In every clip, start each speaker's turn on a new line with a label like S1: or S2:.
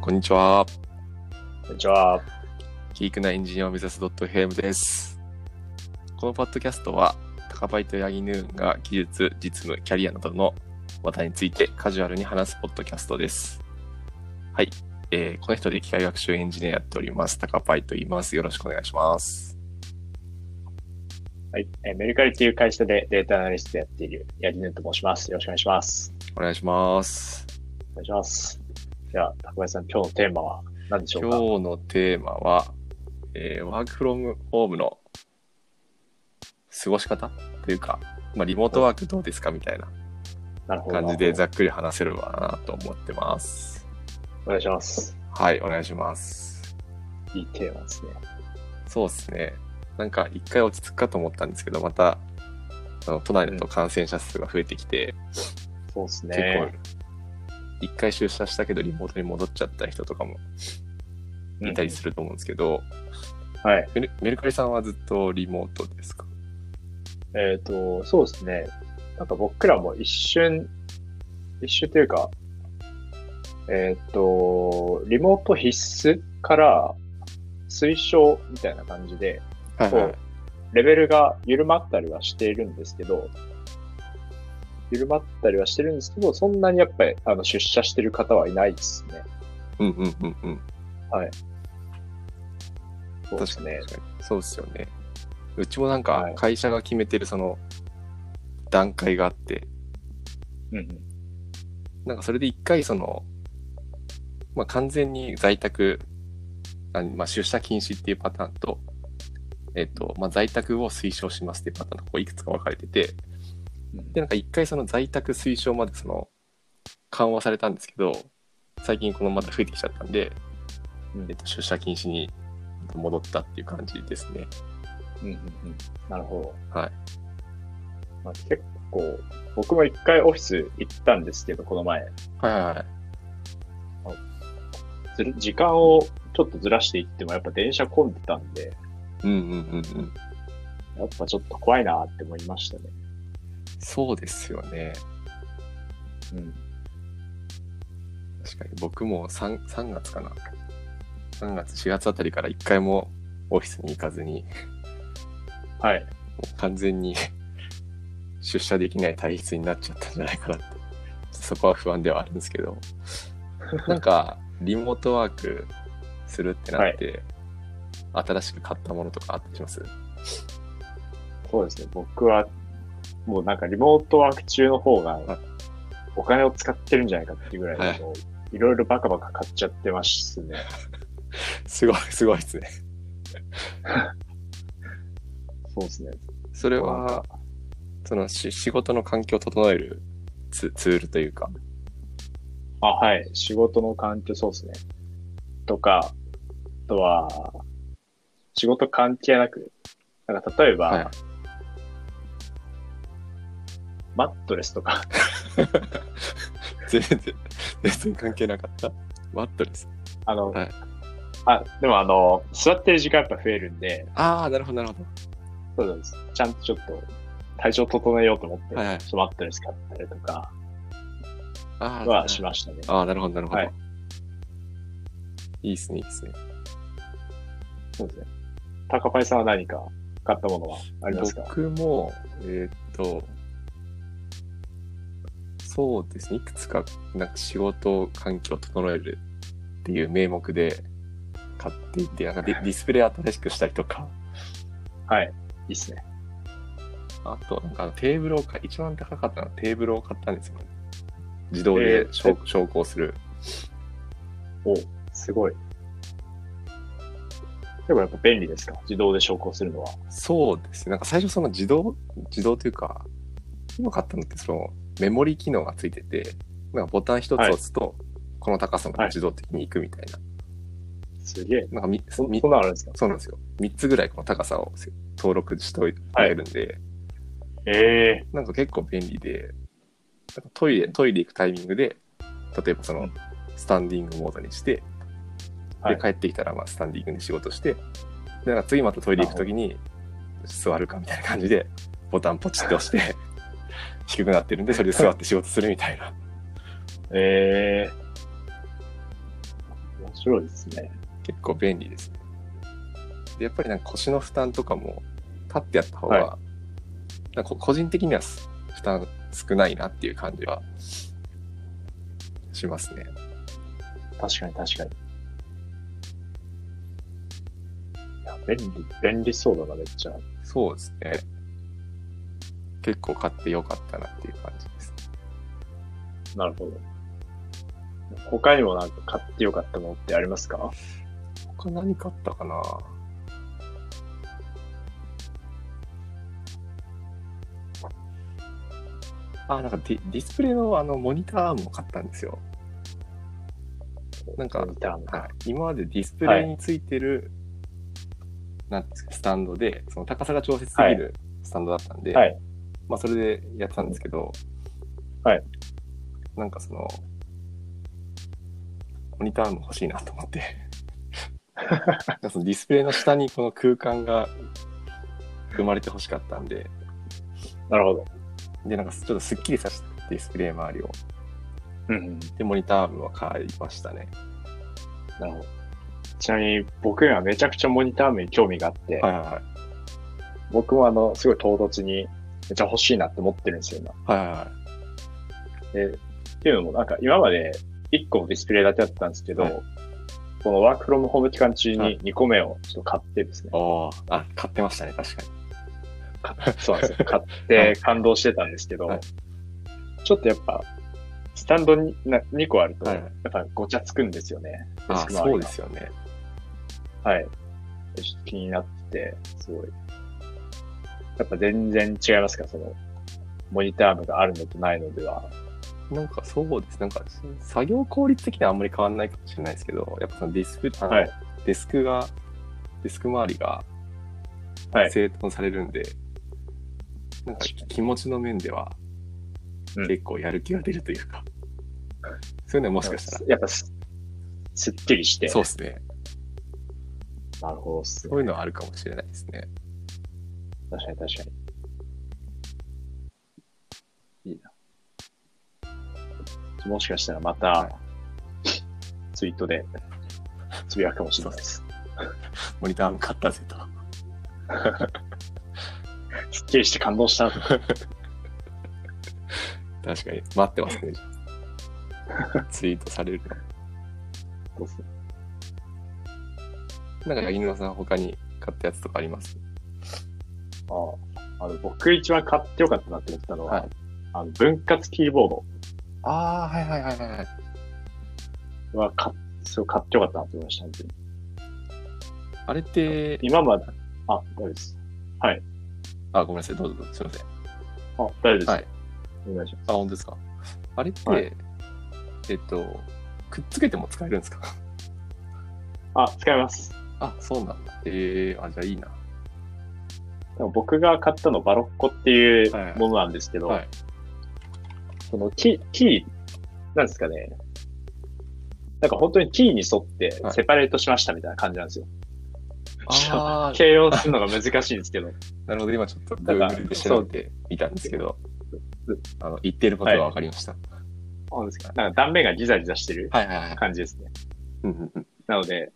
S1: こんにちは。
S2: こんにちは。
S1: キークなエンジニアを目指す .fm です。このパッドキャストは、タカバイとヤギヌーンが技術、実務、キャリアなどの話題についてカジュアルに話すポッドキャストです。はい。えー、この人で機械学習エンジニアやっております。タカバイと言います。よろしくお願いします。
S2: はい。えーメルカリという会社でデータアナリストやっているヤギヌンと申します。よろしくお願いします。
S1: お願いします。
S2: お願いします。じゃあ、高林さん、今日のテーマは何でしょう
S1: 今
S2: か
S1: 日のテーマは、えーワークフロムホームの過ごし方というか、まあ、リモートワークどうですかみたいな
S2: なるほど。
S1: 感じでざ
S2: なる
S1: っくり話せればなと思ってます。
S2: ほどお願いします。
S1: はい、お願いします。
S2: いいテーマですね。
S1: そうですね。なんか一回落ち着くかと思ったんですけど、また、あの都内だと感染者数が増えてきて、
S2: そうです
S1: 結構
S2: ね。、
S1: 一回出社したけどリモートに戻っちゃった人とかもいたりすると思うんですけど、
S2: うんはい。
S1: メルメルカリさんはずっとリモートですか
S2: えっ、と、そうですね。なんか僕らも一瞬、一瞬というか、えっ、と、リモート必須から推奨みたいな感じで、
S1: はい
S2: はいレベルが緩まったりはしているんですけど、緩まったりはしてるんですけど、そんなにやっぱりあの出社してる方はいないですね。
S1: うんうんうんうん。
S2: そうですね。
S1: 確かにそうですよね。うちもなんか
S2: はい
S1: 会社が決めてるその段階があって、
S2: うんうん。
S1: なんかそれで一回その、まあ、完全に在宅、あまあ、出社禁止っていうパターンと、えっと、まあ、在宅を推奨しますっていうパターンとこういくつか分かれてて、で、なんか一回その在宅推奨までその、緩和されたんですけど、最近このまた増えてきちゃったんで、
S2: うん
S1: えっと、出社禁止に戻ったっていう感じですね。
S2: うんうんうん。なるほど。
S1: はい。
S2: まあ、結構、僕も一回オフィス行ったんですけど、この前。
S1: はいはいはい。
S2: ずる時間をちょっとずらしていっても、やっぱ電車混んでたんで、
S1: うんうんうんうん。
S2: やっぱちょっと怖いなって思いましたね。
S1: そうですよね。
S2: うん。
S1: 確かに僕も 3, 3月かな3月4月あたりから一回もオフィスに行かずにも
S2: はい。
S1: う完全に 出社できない体質になっちゃったんじゃないかなってそこは不安ではあるんですけどなんかリモートワークするってなって、新しく買ったものとかあったりします
S2: そうですね。僕は、もうなんかリモートワーク中の方
S1: はい
S2: が、お金を使ってるんじゃないかっていうぐらい、
S1: はい
S2: もういろいろバカバカ買っちゃってますね。
S1: すごいすごいですね
S2: そうですね。
S1: それ
S2: なん
S1: は
S2: か
S1: そのし仕事の環境を整えるツツールというか
S2: あ、はい。仕事の環境、そうですね。とか、あとは、仕事関係なく、なんか例えば、
S1: はい
S2: マットレスとか、
S1: 全然全然関係なかったマットレス
S2: あの、
S1: はい
S2: あ、でもあの、座ってる時間やっぱ増えるんで、
S1: ああなるほどなるほど
S2: そうなんです。ちゃんとちょっと、体調整えようと思って、
S1: はいはい
S2: ちょっとマットレス買ったりとか
S1: あー
S2: はしましたね。
S1: あー、なるほど、なるほど。
S2: はいい、
S1: いですね、いいですね。
S2: そうですね。高パイさんは何か買ったものはありますか
S1: 僕も、えーっと、そうですね、いくつか、なんか仕事環境を整えるっていう名目で買っていて、なんかディディスプレイ新しくしたりとか、
S2: はい。いいっすね。
S1: あと、なんかあのテーブルを買い、一番高かったのはテーブルを買ったんですよ。自動で
S2: えー
S1: 昇昇降する。
S2: おすごい。でもやっぱ便利ですか自動で昇降するのは。
S1: そうですね。なんか最初その自動、自動というか、今買ったのってそのメモリー機能がついてて、なんかボタン一つ押すと、この高さまで自動的に行くみたいな。
S2: すげえ。
S1: なんかみ
S2: そ
S1: み
S2: そんなのあるんですか
S1: そうなんですよ。3つぐらいこの高さをせ登録しておいてられるんで、
S2: ええ
S1: なんか結構便利で、なんかトイレ、トイレ行くタイミングで、例えばその、
S2: うん
S1: スタンディングモードにして、
S2: はい
S1: で、帰ってきたら、まあ、スタンディングに仕事して、で、なんか次またトイレ行くときに、座るかみたいな感じで、ボタンポチッと押 して、低くなってるんで、それで座って仕事するみたいな。
S2: ええ面白いですね。
S1: 結構便利ですね。でやっぱりなんか腰の負担とかも立ってやった方が、
S2: は
S1: なんかこ個人的にはす負担少ないなっていう感じはしますね。
S2: 確かに確かに。いや、便利、便利そうだな、めっちゃ。
S1: そうですね。結構買ってよかったなっていう感じです。
S2: なるほど。他にもなんか買ってよかったものってありますか
S1: 他何買ったかなあ、なんかディディスプレイのあのモニターも買ったんですよ。なんか
S2: モニターの
S1: はい、今までディスプレイについてる、なんていうんですか、スタンドで、その高さが調節できるスタンドだったんで、
S2: はい
S1: まあそれでやってたんですけど、
S2: はい。
S1: なんかその、モニターも欲しいなと思 って。なんかそのディスプレイの下にこの空間が生まれて欲しかったんで、
S2: なるほど。
S1: で、なんかちょっとスッキリさせてディスプレイ周りを。
S2: うんうん。
S1: で、モニターも買いましたね。
S2: なるほど。ちなみに僕にはめちゃくちゃモニター面に興味があって、
S1: はいはいはい。
S2: 僕もあの、すごい唐突にめっちゃ欲しいなって思ってるんですよ、今。
S1: はいはいはい。
S2: っていうのもなんか今まで1個のディスプレイだけだったんですけど、
S1: はい
S2: このワークフロムホーム期間中
S1: はい
S2: に2個目をちょっと買ってですね、
S1: おーあ、買ってましたね、確かに。
S2: そうなんですよ。買っ
S1: は
S2: て
S1: い
S2: 感動してたんですけど、
S1: はい
S2: ちょっとやっぱ、スタンドにな2個あると、
S1: はい
S2: やっぱごちゃつくんですよね。
S1: あ
S2: デスク周りが
S1: そうですよね。
S2: はい。でちょっと気になって、すごい。やっぱ全然違いますか、その、モニター部があるのとないのでは。
S1: なんかそうです。なんか作業効率的にはあんまり変わんないかもしれないですけど、やっぱそのディスプあの、
S2: はい
S1: デスクが、デスク周りが
S2: はい
S1: 整頓されるんで、なんか気持ちの面では
S2: うん
S1: 結構やる気が出るというか、そういうのはもしかしたら、
S2: やっぱす、すっきりして。
S1: そうですね。
S2: なるほどっす
S1: そういうのはあるかもしれないですね。
S2: 確かに確かに。いいな。もしかしたらまた、ツイートで、つぶやくかもしれないです。
S1: モニターも買ったぜと。
S2: すっきりして感動した。
S1: 確かに。待ってますね。じゃあツイートされるの。なんか、八木沼さん他に買ったやつとかあります
S2: ああの僕一番買ってよかったなって思ったのは、
S1: はい
S2: あの分割キーボード。
S1: ああ、はいはいはいはい。
S2: は買っ、すごい買ってよかったなと思いました、本当に
S1: あれって、
S2: 今まで、あ、大丈夫です。
S1: あ、ごめんなさい、どうぞどうぞ、すいません。あ、
S2: あ、大丈夫です。
S1: はい
S2: お願いします。
S1: 本当ですか。あれって、
S2: はい
S1: えっと、くっつけても使えるんですか
S2: あ、使います。
S1: あ、そうなんだ。えー、あ、じゃあいいな。
S2: でも僕が買ったのバロッコってい
S1: はいう
S2: ものなんですけど、
S1: はい。
S2: そのキー、キー、なんですかね。なんか本当にキーに沿って
S1: はい
S2: セパレートしましたみたいな感じなんですよ。
S1: あー、
S2: 形容するのが難しいんですけど。
S1: なるほど、今ちょっと
S2: だから
S1: Google で調べてみたんですけど
S2: そう、
S1: あの言ってることが分かりました。
S2: そうですかなんか断面がギザギザしてる
S1: はいはいはい。
S2: 感じですね。
S1: うんうんうん
S2: なので、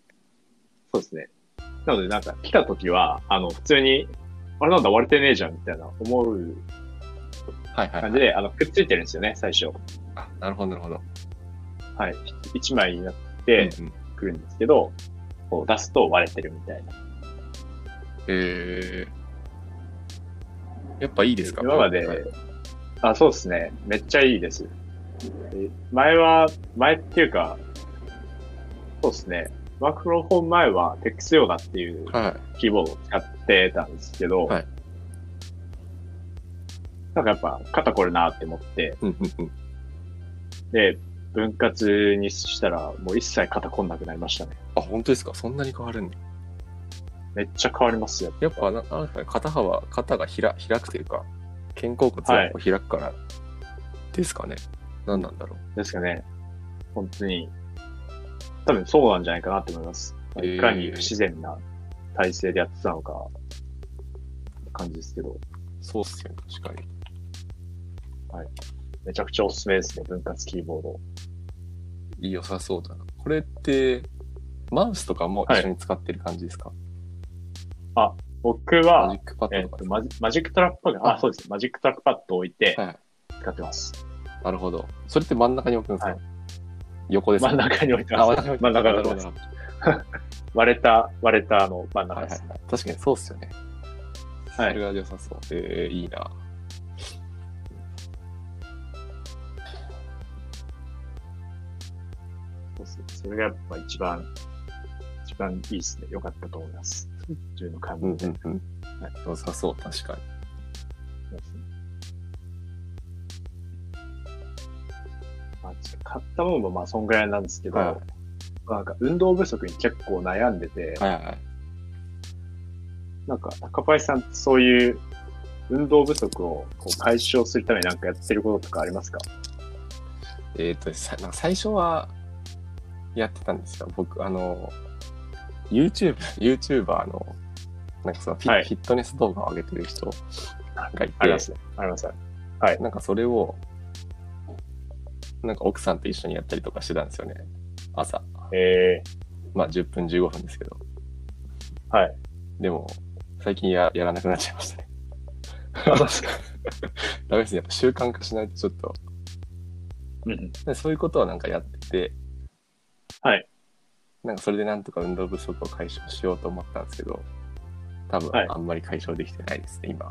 S2: そうですね。なので、なんか来た時は、あの、普通に、あれなんだ、割れてねえじゃん、みたいな思う
S1: はいはいは
S2: 感
S1: い。
S2: じで、あの、くっついてるんですよね、最初。
S1: あ、なるほど、なるほど。
S2: はい。一枚になって
S1: うんうん
S2: くるんですけど、こう出すと割れてるみたいな。
S1: えー、やっぱいいですか
S2: 今ま
S1: は
S2: で
S1: い、
S2: あ、そうですね。めっちゃいいです。え前は、前っていうか、そうですね。ワークフローホーム前は、テックスヨーダっていう
S1: は
S2: キーボードを使ってたんですけど、
S1: はい
S2: なんかやっぱ肩こるなって思って、
S1: い。うんうんうん。
S2: で、分割にしたらもう一切肩こんなくなりましたね。
S1: あ、本当ですかそんなに変わるんだ。
S2: めっちゃ変わりますよ。
S1: やっぱな、なんですかね、肩幅、肩がひら開くというか、肩甲骨がこう開くからですかね。何なんだろ
S2: ですかね。本当に、多分そうなんじゃないかなと思います。
S1: へー
S2: いかに不自然な体勢でやってたのか、感じですけど、
S1: う。そうっすよね、確かに。
S2: めちゃくちゃおすすめですね、分割キーボード。
S1: 良さそうだな。これって、マウスとかも一緒に使ってる感じですか、
S2: 僕
S1: マ
S2: は
S1: ジ、ックパ
S2: え
S1: ッ
S2: っ
S1: ドとか
S2: と
S1: で
S2: マジ、マジックトラップパッド
S1: あ
S2: あ、そうです。マジックトラップパッドを置いて
S1: すか、はい。
S2: 使ってます。
S1: なるほど。それって真ん中に置くんですか、
S2: はい
S1: 横ですか
S2: 真ん中に置いて
S1: あ、
S2: ま
S1: 真
S2: す。
S1: ん中に置いて
S2: 真ん中に
S1: な
S2: 置い
S1: る
S2: て
S1: ほ
S2: ま
S1: ど
S2: す
S1: なる。ほ
S2: 割れた、割れたあの真ん
S1: ど。は
S2: 中
S1: いは
S2: で
S1: い
S2: す。。
S1: 確かにそうっすよね。
S2: はい
S1: それが良さそう。えー、いいな。
S2: そうそうそれがやっぱ一番、一番いいですね。良かったと思います。自分の感
S1: うん
S2: 動
S1: うん
S2: で。
S1: うん
S2: はい。
S1: 良さそう、確かに。
S2: まあ、買ったものもまあそんぐらいなんですけど、
S1: は
S2: なんか運動不足に結構悩んでて、
S1: はいはい。
S2: なんか高林さんってそういう運動不足をこう解消するためになんかやってることとかありますか
S1: えっ、とさ、なんか最初はやってたんですよ。僕、あの、YouTube、YouTuber の、なんかそのフィ,、
S2: はい
S1: フィットネス動画を上げてる人がいて、
S2: ありますね。あります。
S1: なんかそれを、なんか奥さんと一緒にやったりとかしてたんですよね。朝。
S2: え
S1: まあ10分15分ですけど。
S2: はい。
S1: でも、最近ややらなくなっちゃいましたね。
S2: ー、あ、そうですか。
S1: ダメですね。やっぱ習慣化しないとちょっと。
S2: うん。
S1: でそういうことはなんかやってて、
S2: はい。
S1: なんかそれでなんとか運動不足を解消しようと思ったんですけど、多分
S2: はい
S1: あんまり解消できてないですね、今。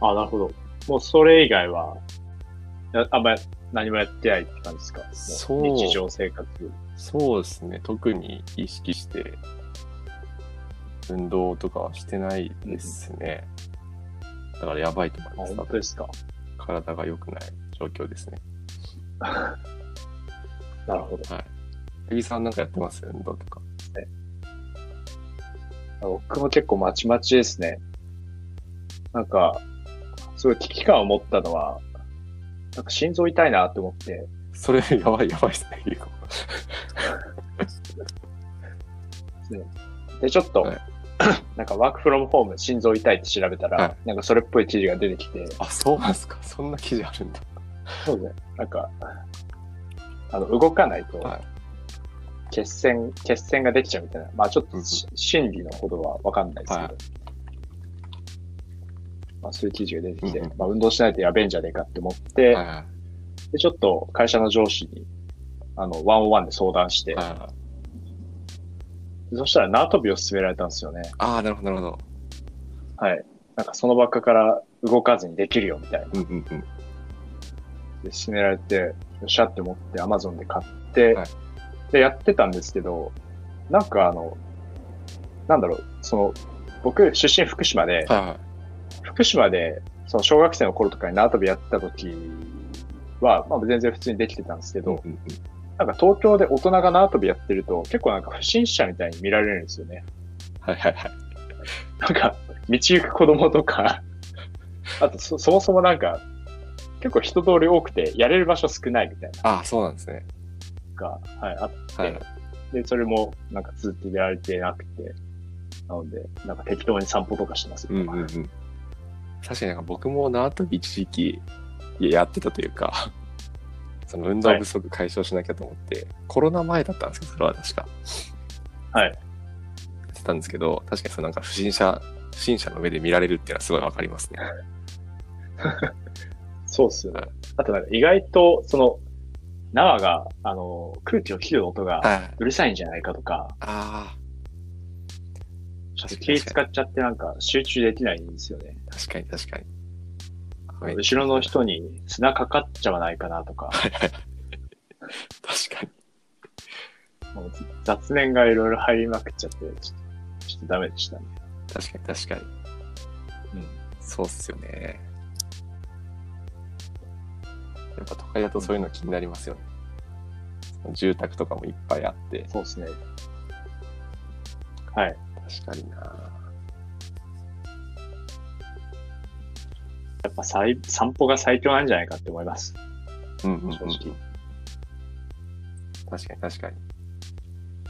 S2: あ、なるほど。もうそれ以外は、やあんまり何もやってないって感じですかもう
S1: そう
S2: 日常生活。
S1: そうですね。特に意識して、運動とかはしてないですね。だからやばいと思い
S2: あ
S1: ます。
S2: 本当です か。
S1: 体が良くない状況ですね。
S2: なるほど。
S1: エビさんなんかやってます運動とか。
S2: 僕も結構まちまちですね。なんか、すごい危機感を持ったのは、なんか心臓痛いなって思って、
S1: それやばいやばいですね、結構
S2: で、ちょっと、
S1: はい
S2: なんかワークフロムホーム心臓痛いって調べたら、
S1: は
S2: なんかそれっぽい記事が出てきて、
S1: あ、そうなんですか。 そんな記事あるんだ。
S2: そうね。なんか、あの、動かないと
S1: はい、
S2: 血栓、血栓ができちゃうみたいな。まあちょっとし、心理のほどはわかんないですけど。
S1: は
S2: まあそういう記事が出てきて、
S1: うんうん
S2: まあ運動しないとやべえんじゃねえかって思って、
S1: はいは
S2: で、ちょっと会社の上司に、あの、ワンオンワンで相談して、
S1: いはいはい。
S2: そしたら縄跳びを勧められたんですよね。
S1: ああ、なるほど、なるほど。
S2: はい。なんかそのばっかから動かずにできるよみたいな。
S1: うんうんうん。
S2: で、勧められて、よっしゃって思って Amazon で買って、
S1: はい
S2: で、やってたんですけど、なんかあの、なんだろう、その、僕、出身福島
S1: は
S2: で、
S1: いはい。
S2: 福島で、その小学生の頃とかに縄跳びやってた時は、まあ全然普通にできてたんですけど、
S1: うんうんうん
S2: なんか東京で大人が縄跳びやってると、結構なんか不審者みたいに見られるんですよね。
S1: はいはいはい。
S2: なんか、道行く子供とか、 あとそ、そもそもなんか、結構人通り多くて、やれる場所少ないみたいな
S1: ああ、そうなんですね。
S2: のが、はい、あって、
S1: はいはい。
S2: で、それも、なんか続けられてなくて、なので、なんか適当に散歩とかしてます。
S1: うんうんうん。確かになんか僕も縄跳び一時期いややってたというか、 その運動不足解消しなきゃと思って、コロナ前だったんですけど、それは確か。
S2: はい
S1: やってたんですけど、確かにそのなんか不審者、不審者の目で見られるっていうのはすごいわかりますね。
S2: そうっすよね
S1: はい。
S2: あとなんか意外と、その、縄が、あの、空気を切る音が
S1: はい。
S2: うるさいんじゃないかとか、
S1: ああ、
S2: ちょっと
S1: 確かに
S2: 気使っちゃってなんか集中できないんですよね。
S1: 確かに確かに。はい
S2: 後ろの人に砂かかっちゃわないかなとか、
S1: はいはい。確かに。
S2: もう雑念がいろいろ入りまくっちゃって、ちょっとちょっとダメでしたね。
S1: 確かに確かに。
S2: うん。
S1: そうっすよね。やっぱ都会だとそういうの気になりますよね。住宅とかもいっぱいあって。
S2: そうですね。はい。
S1: 確かにな
S2: やっぱさい散歩が最強なんじゃないかって思います。
S1: うんうんうん。
S2: 正直。
S1: 確かに確かに。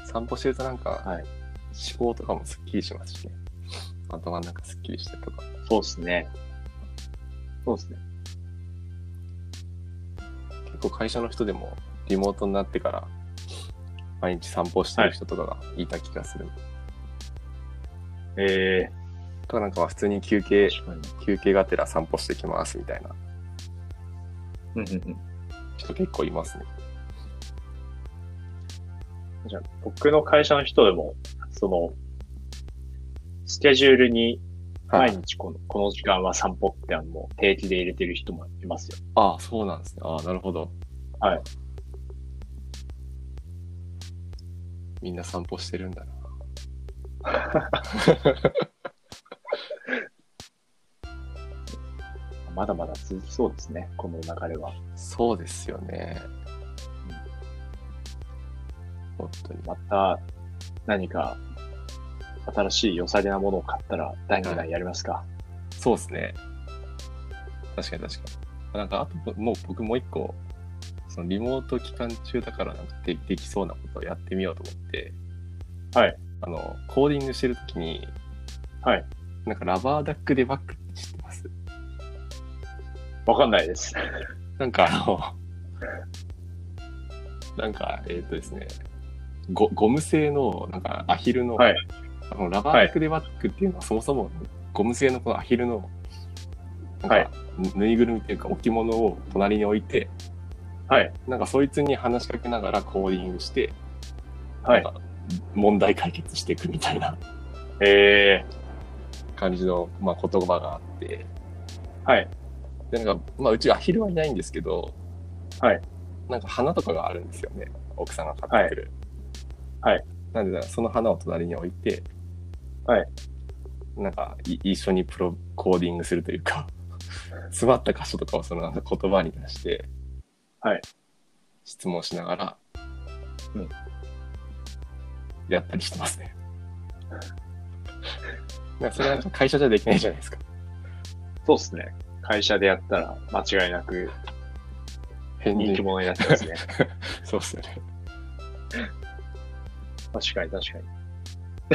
S1: 散歩してるとなんか、
S2: はい
S1: 思考とかもすっきりしますしね。頭の中すっきりしてとか。
S2: そうですね。そうですね。
S1: 結構会社の人でもリモートになってから、毎日散歩してる人とかがいた気がする。
S2: え
S1: とかなんかまあ普通に休
S2: え
S1: 憩、
S2: 確かに。
S1: 休憩がてら散歩してきますみたいな
S2: うんうんうん。
S1: 人結構いますね。
S2: じゃあ僕の会社の人でも、その、スケジュールに
S1: は
S2: 毎
S1: い。
S2: 日この,、この時間は散歩ってあのもう定期で入れてる人もいます よ。
S1: ああ、そうなんですね。ああ、なるほど。
S2: はい。
S1: みんな散歩してるんだな。
S2: まだまだ続きそうですね、この流れは。
S1: そうですよね。本当に。
S2: また何か新しい良さげなものを買ったら第2弾やりますか。
S1: そうですね。確かに確かに。なんか、あと、もう僕もう一個、そのリモート期間中だからなんかでできそうなことをやってみようと思って、
S2: はい。
S1: あの、コーディングしてるときに、
S2: はい。
S1: なんかラバーダックデバッグって知ってます
S2: わかんな いです。
S1: なんかあの、 なんか、えっ、とですね、ゴゴム製の、なんかアヒルの、
S2: はい
S1: あのラバーダックデバッグっていうのはそもそもゴム製のこのアヒルの、なんか、
S2: はい
S1: ぬいぐるみっていうか置物を隣に置いて、
S2: はい。
S1: なんかそいつに話しかけながらコーディングして、
S2: はい
S1: な。んか問題解決していくみたいな
S2: え
S1: 感じの、まあ、言葉があって、
S2: ー、はい。
S1: で、なんか、まあ、うちアヒルはいないんですけど、
S2: はい。
S1: なんか花とかがあるんですよね。奥さんが買ってくる。
S2: はいはい
S1: なんで、その花を隣に置いて、
S2: はい。
S1: なんか、い一緒にプロコーディングするというか、 詰まった箇所とかをその言葉に出して、
S2: はい。
S1: 質問しながら、
S2: うん。
S1: やったりしてますね。なんかそれはなんか会社じゃできないじゃないですか。
S2: そうですね。会社でやったら間違いなく
S1: 変
S2: 人気者になってますね。
S1: そうっすよね。
S2: 確かに確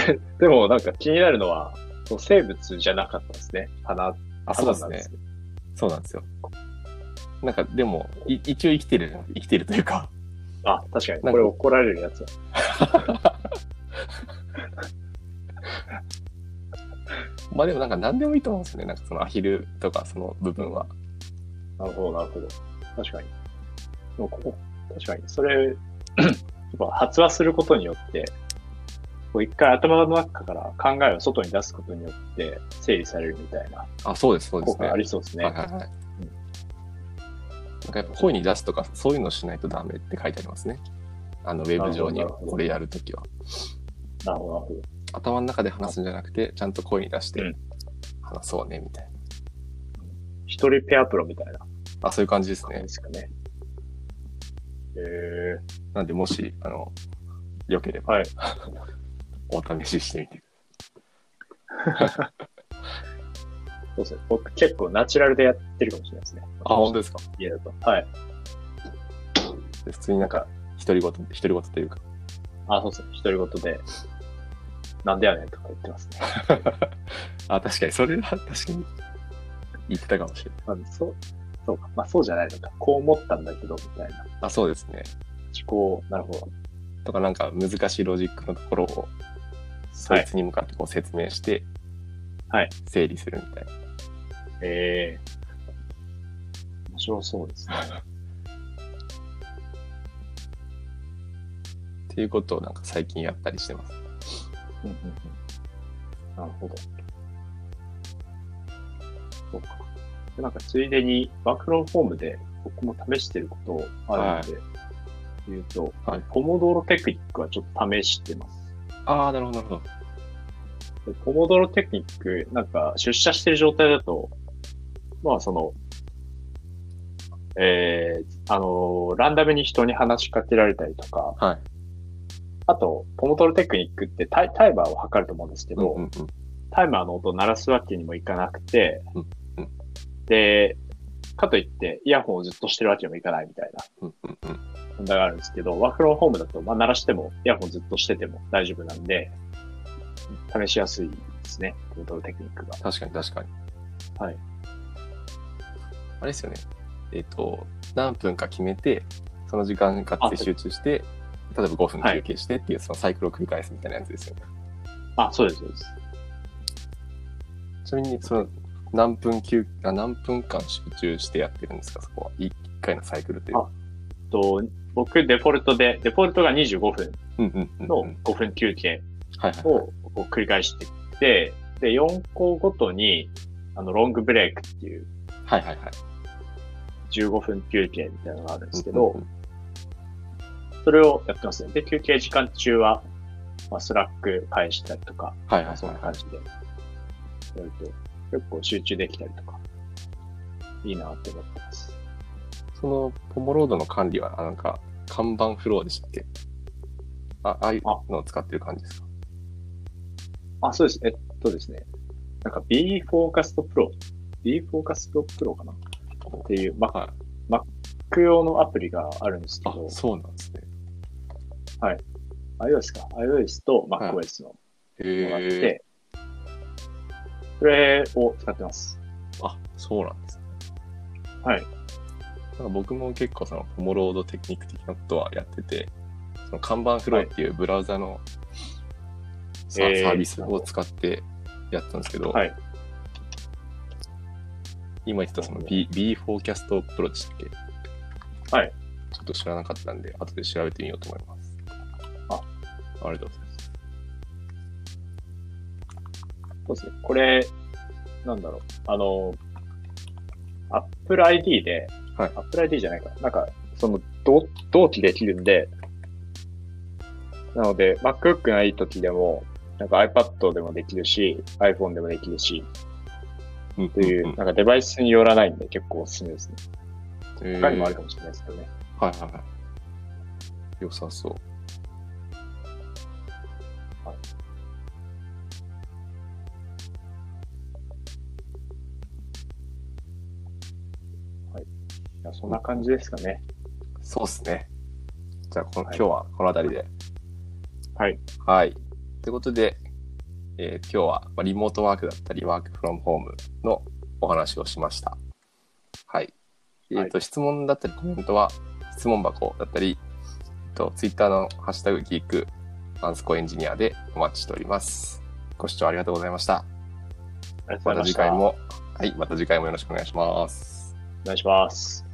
S2: かに。 でもなんか気になるのは、その生物じゃなかったですね。花、
S1: あ、そう
S2: 花
S1: です
S2: なん
S1: ね
S2: で。すね。
S1: そうなんですよ。なんかでも、い一応生きてる、生きてるというか、
S2: あ、確か
S1: な
S2: に。
S1: んか
S2: これ怒られるやつだ。
S1: まあでもなんか何でもいいと思うんですよね。なんかそのアヒルとかその部分は。
S2: なるほど、なるほど。確かに。でもここ、確かに。それ、 やっぱ発話することによって、こう一回頭の中から考えを外に出すことによって整理されるみたいな
S1: あ、そうです、そうで
S2: 効
S1: すね。
S2: 果ありそうですね。
S1: はいはいはい。なんかやっぱ声に出すとか、そういうのしないとダメって書いてありますね。あの、ウェブ上に
S2: な
S1: は
S2: るほどなるほど
S1: これやるときは。
S2: なるほど、なるほど。
S1: 頭の中で話すんじゃなくて、ちゃんと声に出し
S2: う
S1: て
S2: ん
S1: 話そうね、みたいな。
S2: 一人ペアプロみたいな
S1: あ、そういう感じです
S2: 感じ
S1: ね
S2: で。すかね。え
S1: なんで、もし、あの、良ければ、
S2: はい
S1: お試ししてみて
S2: ー、そうですね。僕結構ナチュラルでやってるかもしれないですね。
S1: あ、本当ですか
S2: 家だと。はい。
S1: で普通になんか、独り言、独り言というか、
S2: あ、そうですね。独り言で、なんでやねんとか言ってますね。
S1: あ、確かに、それは確かに言ってたかもしれない。
S2: まあ、そう、そうか。まあ、そうじゃないのか。こう思ったんだけど、みたいな。
S1: あ、そうですね。
S2: 思考、なるほど。
S1: とか、なんか難しいロジックのところを、そいつに向かってこう説明して、
S2: はい
S1: 整理するみたいな。
S2: ええ面白そうですね。
S1: っていうことをなんか最近やったりしてます。
S2: うんうんうんなるほど。そうか。でなんか、ついでに、ワークフローホームで、僕も試してることあるので、言うと、
S1: はい
S2: ポモドーロテクニックはちょっと試してます。
S1: ああ、なるほど、なるほど。
S2: でポモドーロテクニック、なんか、出社してる状態だと、まあ、その、えー、あのーランダムに人に話しかけられたりとか、
S1: はい。
S2: あと、ポモドーロテクニックってタイタイマーを測ると思うんですけど、
S1: うんうんうん。
S2: タイマーの音を鳴らすわけにもいかなくて、
S1: うんうん
S2: で、かといって、イヤホンをずっとしてるわけにもいかないみたいな
S1: うんうんうん。
S2: 問題があるんですけど、ワークロンホームだと、まあ、鳴らしても、イヤホンずっとしてても大丈夫なんで、試しやすいですね、ポモドーロテクニックが。
S1: 確かに、確かに。
S2: はい。
S1: あれですよね。えっ、と、何分か決めて、その時間にがっつり集中して、例えば5分
S2: はい
S1: 休憩してっていう、そのサイクルを繰り返すみたいなやつですよね。
S2: あ、そうです、そうです。
S1: ちなみに、その、何分休、あ、何分間集中してやってるんですか、そこは。1回のサイクルというか。
S2: と僕、デフォルトで、デフォルトが25分
S1: うんうんうんうん。
S2: の5分休憩
S1: はいはいはい。
S2: をこう繰り返していって、で、4校ごとに、あの、ロングブレイクっていう
S1: はいはいはい。
S2: 15分休憩みたいなのがあるんですけ
S1: うん
S2: ど
S1: う、んうん
S2: それをやってますね。で、休憩時間中は、まあ、スラック返したりとか、
S1: はい
S2: ま
S1: は
S2: あ
S1: い
S2: そんな
S1: は
S2: 感じで、やると、結構集中できたりとか、いいなって思ってます。
S1: い。その、ポモロードの管理は、あなんか、看板フローでしたっけあ、ああいうのを使ってる感じですか
S2: あ、そうです。えっとですね。なんか B フォーカストプロ、B フォーカストプロかなっていう Mac
S1: はい。
S2: 用のアプリがあるんですけ
S1: あ
S2: ど、、
S1: そうなんですね。
S2: iOS か。iOS と MacOS のものがあっ
S1: へえ。
S2: て、それを使ってます。
S1: あ、そうなんですね。
S2: はい。
S1: なんか僕も結構そのポモロードテクニック的なことはやってて、その看板フローっていうブラウザのサ,、
S2: えー
S1: サービスを使ってやったんですけど、
S2: はい
S1: 今言ってたその B, B フォーキャストプロでしたっけ
S2: はい。
S1: ちょっと知らなかったんで、後で調べてみようと思います。
S2: あ、
S1: ありがとうございます。
S2: そうですね。これ、なんだろう。あの、Apple ID で、
S1: はい
S2: Apple ID じゃないか。なんか、その、同同期できるんで、なので、MacBook ない時でも、なんか iPad でもできるし、iPhone でもできるし、
S1: うん
S2: という、
S1: んん
S2: なんかデバイスによらないんで結構おすすめですね。
S1: えー
S2: 他にもあるかもしれないですけどね。
S1: はいはいはい。良さそう。
S2: はいはいいやそんな感じですかね。
S1: そうですね。じゃあこの、
S2: はい
S1: 今日はこの辺りで。
S2: はい。
S1: はい。ということで、えー今日はまあリモートワークだったり、ワークフロムホームのお話をしました。はい。えっ、と、質問だったりコメントは、質問箱だったり、えっと、Twitter のハッシュタグギークアンスコエンジニアでお待ちしております。ご視聴ありがとうございました。
S2: ありがとうご
S1: また
S2: ざいまし
S1: 次
S2: た。
S1: 回も、はい、また次回もよろしくお願いします。
S2: お願いします。